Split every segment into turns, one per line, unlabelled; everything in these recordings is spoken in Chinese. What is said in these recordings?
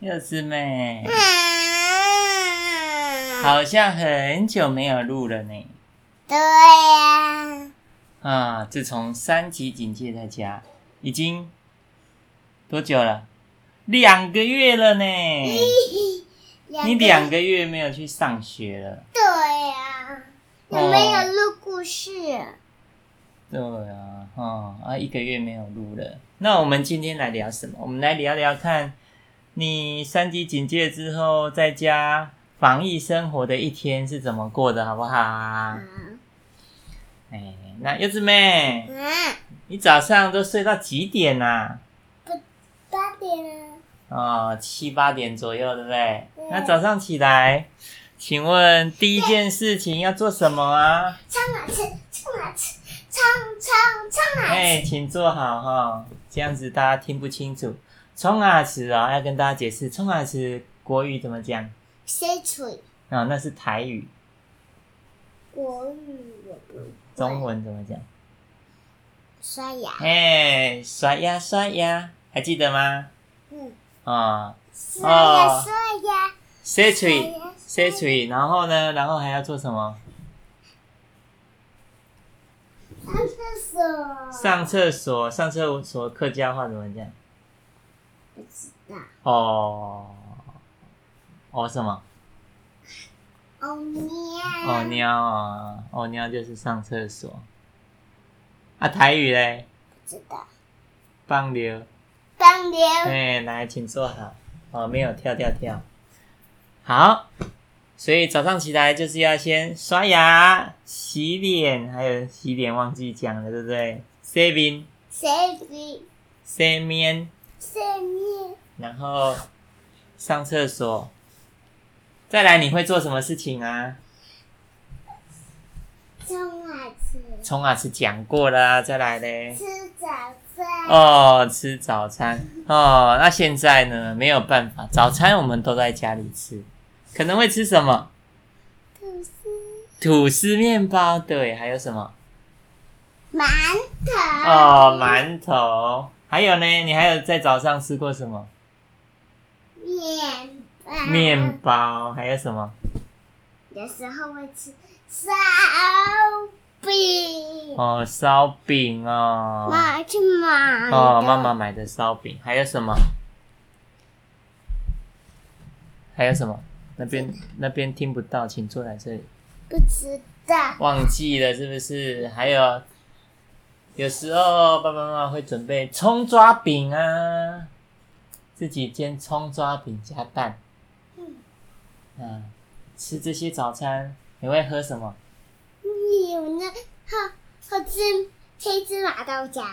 柚子妹，
好，
好像很久没有录了呢。
对呀、
啊，自从三级警戒在家，已经多久了？两个月了呢。你两
个
个月没有去上学了。
对呀、你没有录故事，
对啊，哦啊，一个月没有录了。那我们今天来聊什么？我们来聊聊看，你三级警戒之后在家防疫生活的一天是怎么过的，好不好啊？
嗯
哎、那柚子妹，
嗯，
你早上都睡到几点呐、
八点
哦，七八点左右，对不对？
对
那早上起来，请问第一件事情要做什么啊？
唱哪次？唱哪次？唱唱唱哪
哎、请坐好哈、这样子大家听不清楚。冲啊池哦，要跟大家解释，冲啊池国语怎么讲
谁吹？
啊、那是台语，
国语我不会
中文怎么讲？
刷牙，
哎、刷牙刷牙，还记得吗？
嗯，
啊、
刷牙
哦
刷牙，
塞
刷
嘴
牙
塞嘴，然后呢，然后还要做什么？
上厕所，
上厕所，上厕所客家话怎么讲？
不知道，
哦，哦什么？
哦喵，
哦尿啊，哦尿就是上厕所。啊，台语嘞，
不知道，
放流。
放牛，
哎，来，请坐好。哦，没有跳跳跳。好，所以早上起来就是要先刷牙、洗脸，还有洗脸忘记讲了，对不对？洗面、
谁比
洗面，
谁面？
然后上厕所。再来，你会做什么事情啊？
中哪吃？
冲啊是讲过啦，再来嘞。
吃早餐。
哦，吃早餐哦，那现在呢没有办法，早餐我们都在家里吃，可能会吃什么？
吐司、
吐司面包，对，还有什么？
馒头、
哦，馒头，还有呢？你还有在早上吃过什么？
面包。
面包，还有什么？
有时候会吃烧饼。
哦，烧饼哦，
妈妈去买啊的
哦，妈妈。买的烧饼，还有什么？还有什么？那边那边听不到，请坐在这里。
不知道。
忘记了是不是？还有，有时候爸爸妈妈会准备葱抓饼啊，自己煎葱抓饼加蛋。
嗯
嗯，吃这些早餐，你会喝什么？
有呢，好好吃黑芝麻豆浆。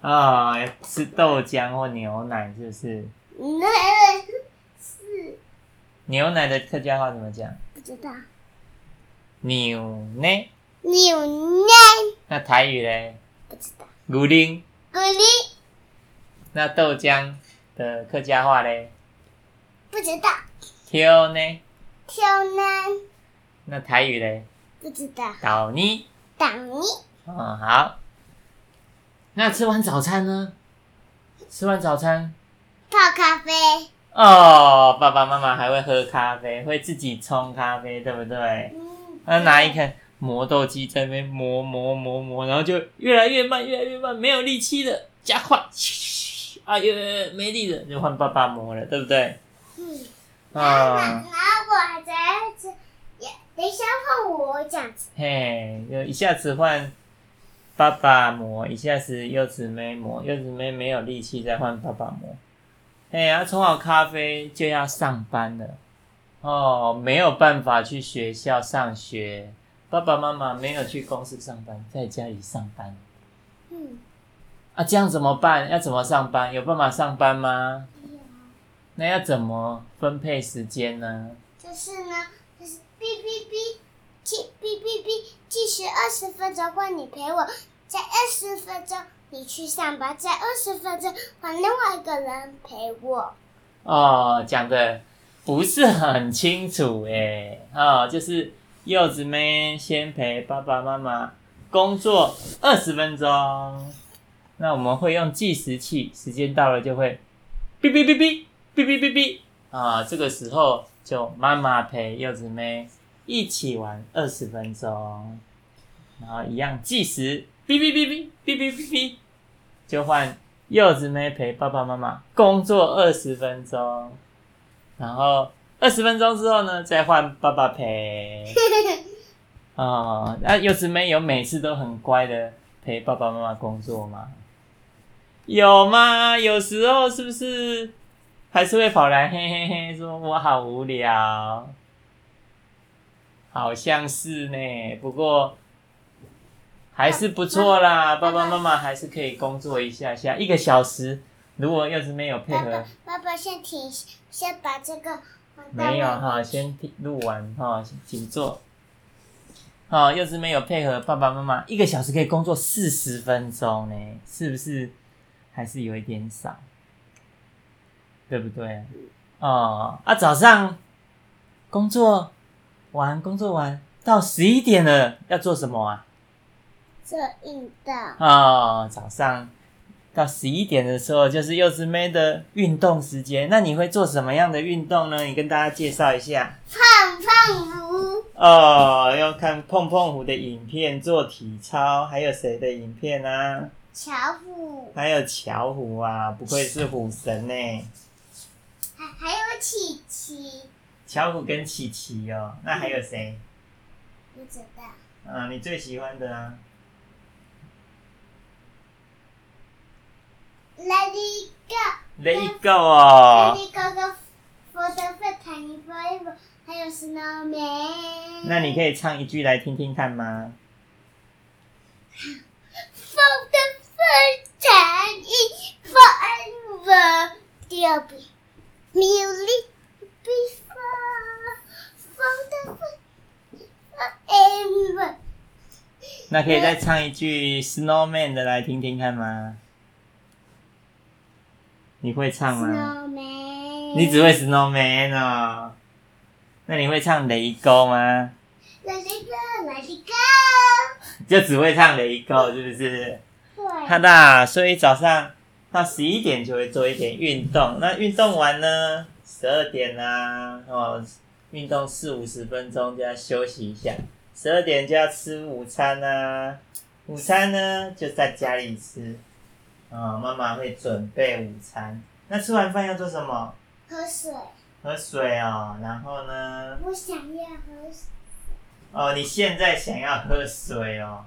啊、吃豆浆或牛奶是不是？
那是
牛奶的客家话怎么讲？
不知道。
牛奶。
牛奶
那台语嘞？
不知道。
牛奶。
果粒
那豆浆的客家话嘞？
不知道。
挑呢？
挑呢
那台语嘞？
不知道。
倒呢？
挡泥
嗯，好。那吃完早餐呢？吃完早餐
泡咖啡。
哦，爸爸妈妈还会喝咖啡，会自己冲咖啡，对不对？
嗯。
他拿一个磨豆机在那边磨磨磨磨，然后就越来越慢，越来越慢，没有力气了，加快，嘘啊，越来越没力了，就换爸爸磨了，对不对？
嗯然
啊、
后我再吃，也等一下换我讲。
嘿，就一下子换爸爸磨，一下子柚子妹磨，柚子妹没有力气再换爸爸磨。哎呀，冲好咖啡就要上班了，哦，没有办法去学校上学，爸爸妈妈没有去公司上班，在家里上班
嗯，
啊，这样怎么办？要怎么上班？有办法上班吗？那要怎么分配时间呢？
就是呢，就是哔哔哔，计哔哔哔，计时二十分钟换你陪我，在二十分钟你去上班，在二十分钟换另外一个人陪我。
哦，讲的不是很清楚诶，哦，就是柚子妹先陪爸爸妈妈工作二十分钟，那我们会用计时器，时间到了就会哔哔哔哔哔哔哔哔哔啊！这个时候就妈妈陪柚子妹一起玩二十分钟，然后一样计时，哔哔哔哔哔哔哔哔，就换柚子妹陪爸爸妈妈工作二十分钟，然后二十分钟之后呢，再换爸爸陪。哦，那柚子妹有每次都很乖的陪爸爸妈妈工作吗？有吗？有时候是不是还是会跑来 嘿嘿嘿说我好无聊？好像是呢，不过还是不错啦。爸
爸
爸妈妈还是可以工作一下下，一个小时。如果柚子妹有配
爸
合
爸，，爸爸先停，先把这个放到
没有
我
哈，先听录完哈，请坐。好，柚子妹有配合爸爸妈妈，一个小时可以工作四十分钟呢，是不是？还是有一点少，对不对？哦，啊，早上工作完，工作完到十一点了，要做什么啊？
做运动。
哦，早上到十一点的时候就是柚子妹的运动时间，那你会做什么样的运动呢？你跟大家介绍一下。
胖胖虎，
哦，要看碰碰虎的影片做体操，还有谁的影片啊？
巧虎，
还有巧虎啊，不愧是虎神呢、
还还有琪琪，
巧虎跟琪琪哦，那还有谁？
不知道。
嗯，你最喜欢的啊？
Let it go，Let
Let it go 哦。
it go go。For the first time forever，还有 Snowman。
那你可以唱一句来听听看吗？
For the first time in forever, there'll be music before. For the first forever.
那可以再唱一句 Snowman 的来听听看吗？你会唱吗？
Snowman.
你只会 Snowman 哦。那你会唱雷勾吗？
Let it go, let it go.
就只会唱雷勾，是不是？
对
哈啦，所以早上到十一点就会做一点运动。那运动完呢，十二点啦、哦，运动四五十分钟就要休息一下。十二点就要吃午餐啦、午餐呢就在家里吃。哦，妈妈会准备午餐。那吃完饭要做什么？
喝水，
喝水哦，然后呢？
我想要喝水。
哦，你现在想要喝水哦？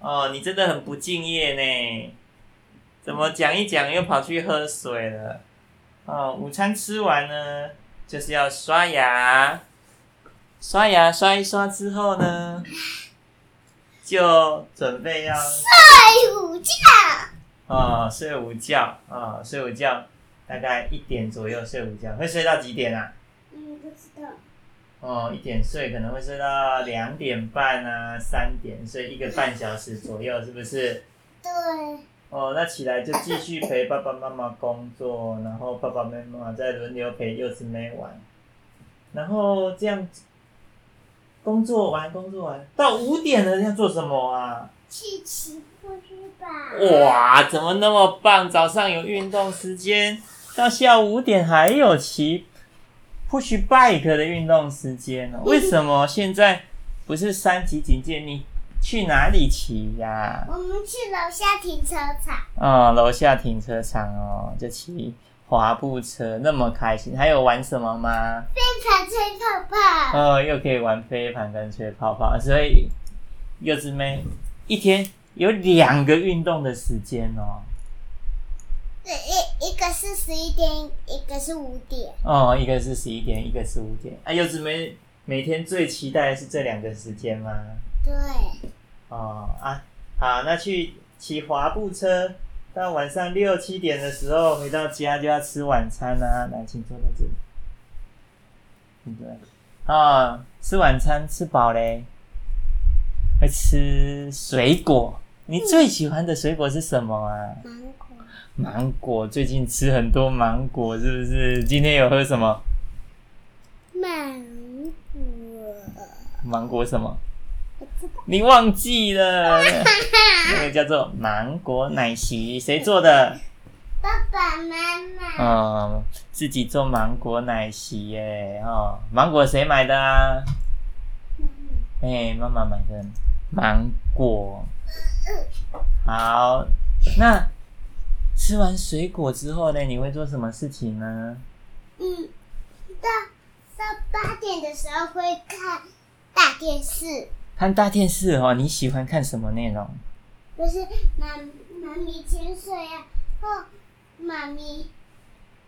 哦，你真的很不敬业呢。怎么讲一讲又跑去喝水了？哦，午餐吃完呢，就是要刷牙，刷牙刷一刷之后呢，就准备要
睡午觉，
哦睡午觉哦睡午觉，大概一点左右睡午觉，会睡到几点啊？
嗯，不知道。
哦，一点睡可能会睡到两点半啊，三点睡一个半小时左右，是不是？
对，
哦，那起来就继续陪爸爸妈妈工作，然后爸爸妈妈再轮流陪柚子妹玩，然后这样子工作完工作完到五点了，要做什么啊？
去骑过去吧。
哇，怎么那么棒？早上有运动时间，到下午五点还有骑 push bike 的运动时间呢、为什么现在不是三级警戒？你去哪里骑呀、
我们去楼下停车场。
哦，楼下停车场哦，就骑滑步车，那么开心。还有玩什么吗？
飞盘吹泡泡，
哦，又可以玩飞盘跟吹泡泡，所以柚子妹一天有两个运动的时间哦。
对，一一个是十一点，一个是五点。
哦，一个是十一点，一个是五点。啊，柚子妹每天最期待的是这两个时间吗？
对，
哦啊，好，那去骑滑步车，到晚上六七点的时候回到家就要吃晚餐啦、来，请坐在这里。对不对？啊、吃晚餐吃饱嘞，会吃水果。你最喜欢的水果是什么啊？
芒果、
芒果，最近吃很多芒果，是不是？今天有喝什么？
芒果，
芒果什么？
我知道，
你忘记了，那个叫做芒果奶昔，谁做的？
爸爸妈妈，
嗯，自己做芒果奶昔耶，哦，芒果谁买的啊？
妈妈
哎、妈妈买的芒果。好，那吃完水果之后呢，你会做什么事情呢？
嗯，到到八点的时候会看大电视，
看大电视哦，你喜欢看什么内容？
就是妈妈咪潜水啊，或妈咪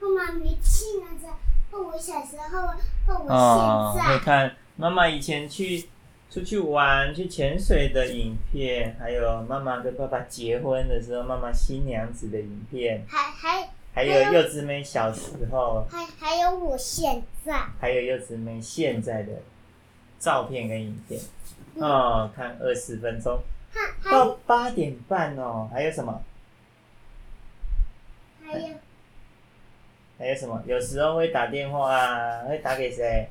或妈咪气那着，或哦我小时候，或我
哦，会
现在，
看妈妈以前去出去玩、去潜水的影片，还有妈妈跟爸爸结婚的时候，妈妈新娘子的影片，
还还
还有柚子妹小时候，
还还有我现在，
还有柚子妹现在的照片跟影片。哦，看二十分钟
还还
到八点半哦，还有什么？
还有
还有什么？有时候会打电话啊，会打给谁？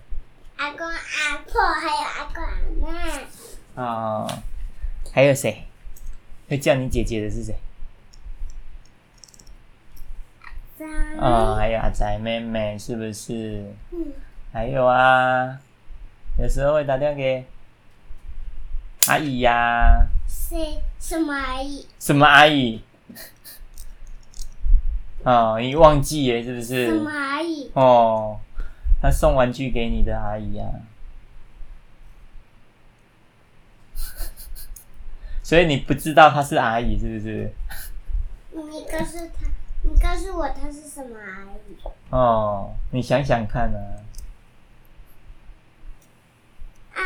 阿公阿婆，还有阿公阿妈，
哦，还有谁？会叫你姐姐的是谁？
三，
哦，还有阿仔妹妹是不是？
嗯，
还有啊，有时候会打电话给阿姨呀、
谁什么阿姨？
什么阿姨？ 哦，你忘记耶，是不
什
是
么？阿姨？
哦，她送玩具给你的阿姨呀、 所以你不知道她是阿姨，是不是？
你告诉他，你告诉我他是什么阿姨？
哦，你想想看啊。
啊，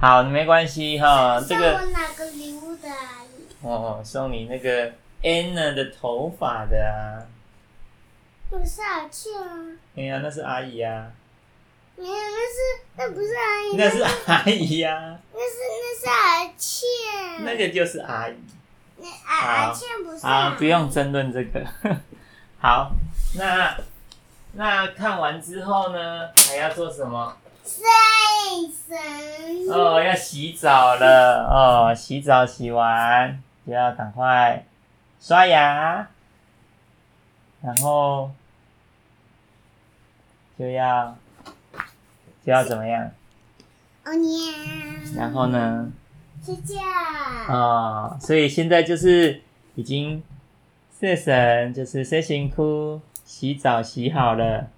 好，没关系哈，这
送
个
我哪个礼物的阿姨？
哦，送你那个 Anna 的头发的啊，
不是阿庆啊，
哎呀，那是阿姨啊，
没有，那是那不是阿姨，啊
那是啊阿姨呀、
那是那是阿倩，
那个就是阿姨
那阿
好
阿倩嗯不是
啊，不用
阿
争论这个。 好，那那看完之后呢，还要做什么？
姨赛神，
哦，要洗澡了哦，洗澡洗完就要赶快刷牙，然后就要就要怎么样？
哦娘，
然后呢？
睡觉，
啊、所以现在就是已经睡神，就是睡醒哭，洗澡洗好了，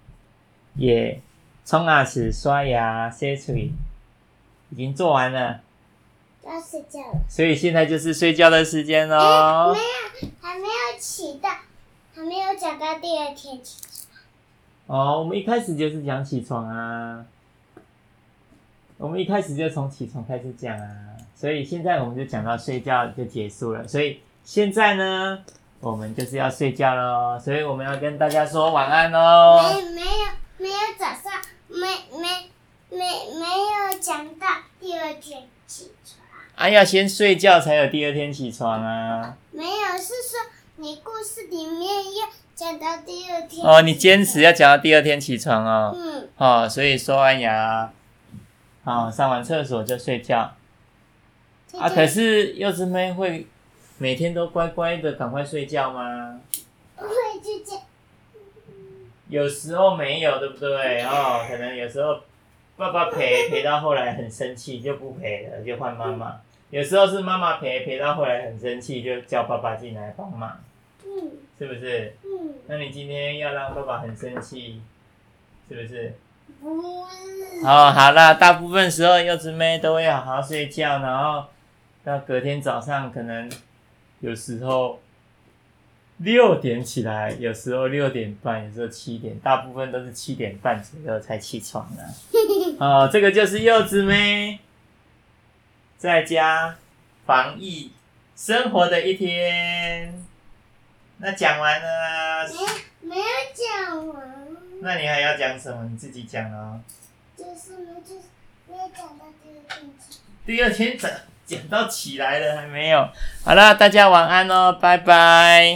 也冲牙齿、刷牙、洗嘴，已经做完了。
要睡觉了，
所以现在就是睡觉的时间喽
没。有，还没有起到，还没有讲到第二天起，
哦，我们一开始就是讲起床啊，我们一开始就从起床开始讲啊，所以现在我们就讲到睡觉就结束了。所以现在呢，我们就是要睡觉喽，所以我们要跟大家说晚安哦喽。
没没有没有早上没没没没有讲到第二天起床，
啊，要先睡觉才有第二天起床啊。
没有是说你故事里面要讲到第二天起床
哦，你坚持要讲到第二天起床哦。
嗯，
哦，所以刷完牙，哦，上完厕所就睡觉。
这
啊，
就
可是柚子妹会每天都乖乖的赶快睡觉吗？
不会就这样，
有时候没有，对不对？哦，可能有时候爸爸陪 陪到后来很生气，就不陪了，就换妈妈。有时候是妈妈陪陪到后来很生气，就叫爸爸进来帮忙，
嗯
是不是？
嗯，
那你今天要让爸爸很生气，是不是？
不是，
哦，好啦，大部分时候柚子妹都会好好睡觉，然后到隔天早上可能有时候六点起来，有时候六点半，有时候七点，大部分都是七点半左右才起床的、哦，这个就是柚子妹在家防疫生活的一天。那讲完了啊，
没有讲完，
那你还要讲什么？你自己讲哦。
就是没有就是没有讲到第二天起床，
第二天讲讲到起来了还没有。好啦，大家晚安哦，拜拜。